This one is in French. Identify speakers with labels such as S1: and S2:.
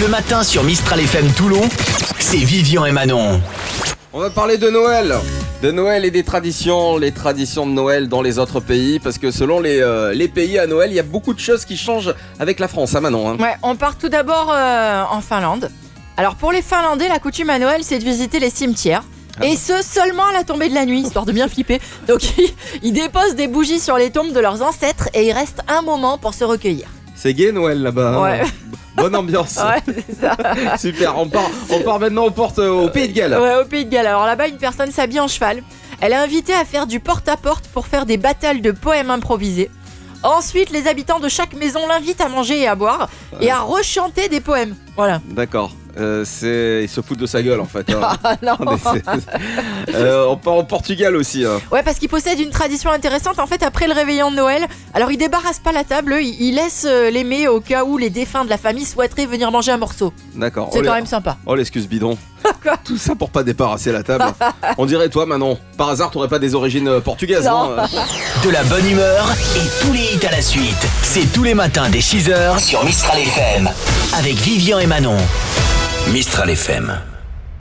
S1: Le matin sur Mistral FM Toulon, c'est Vivian et Manon.
S2: On va parler de Noël. De Noël et des traditions, les traditions de Noël dans les autres pays, parce que selon les, euh, les pays à Noël, il y a beaucoup de choses qui changent avec la France, hein Manon hein.
S3: Ouais, on part tout d'abord euh, en Finlande. Alors pour les Finlandais, la coutume à Noël, c'est de visiter les cimetières. Et ce seulement à la tombée de la nuit, histoire de bien flipper. Donc ils, ils déposent des bougies sur les tombes de leurs ancêtres et ils restent un moment pour se recueillir.
S2: C'est gay Noël là-bas. hein.
S3: Ouais.
S2: Bonne ambiance.
S3: Ouais, c'est ça.
S2: Super, on part, on part maintenant aux portes euh, au Pays de Galles.
S3: Ouais, au Pays de Galles. Alors là-bas, une personne s'habille en cheval. Elle est invitée à faire du porte-à-porte pour faire des battles de poèmes improvisés. Ensuite, les habitants de chaque maison l'invitent à manger et à boire et à rechanter des poèmes. Voilà.
S2: D'accord. Euh, c'est... Ils se foutent de sa gueule en fait. hein.
S3: Ah non.
S2: Mais c'est- Euh, on part au Portugal aussi. hein.
S3: Ouais, parce qu'ils possèdent une tradition intéressante. En fait, après le réveillon de Noël, alors ils débarrassent pas la table, eux, ils ils laissent euh, les mets au cas où les défunts de la famille souhaiteraient venir manger un morceau.
S2: D'accord.
S3: C'est
S2: Oh,
S3: quand
S2: les-
S3: même sympa.
S2: Oh l'excuse bidon. Tout ça pour pas débarrasser la table. on dirait toi Manon. Par hasard, t'aurais pas des origines euh, portugaises.
S3: Non.
S2: hein
S1: De la bonne humeur et tous les hits à la suite. C'est tous les matins dès 6h sur Mistral FM. Avec Vivian et Manon. Mistral FM.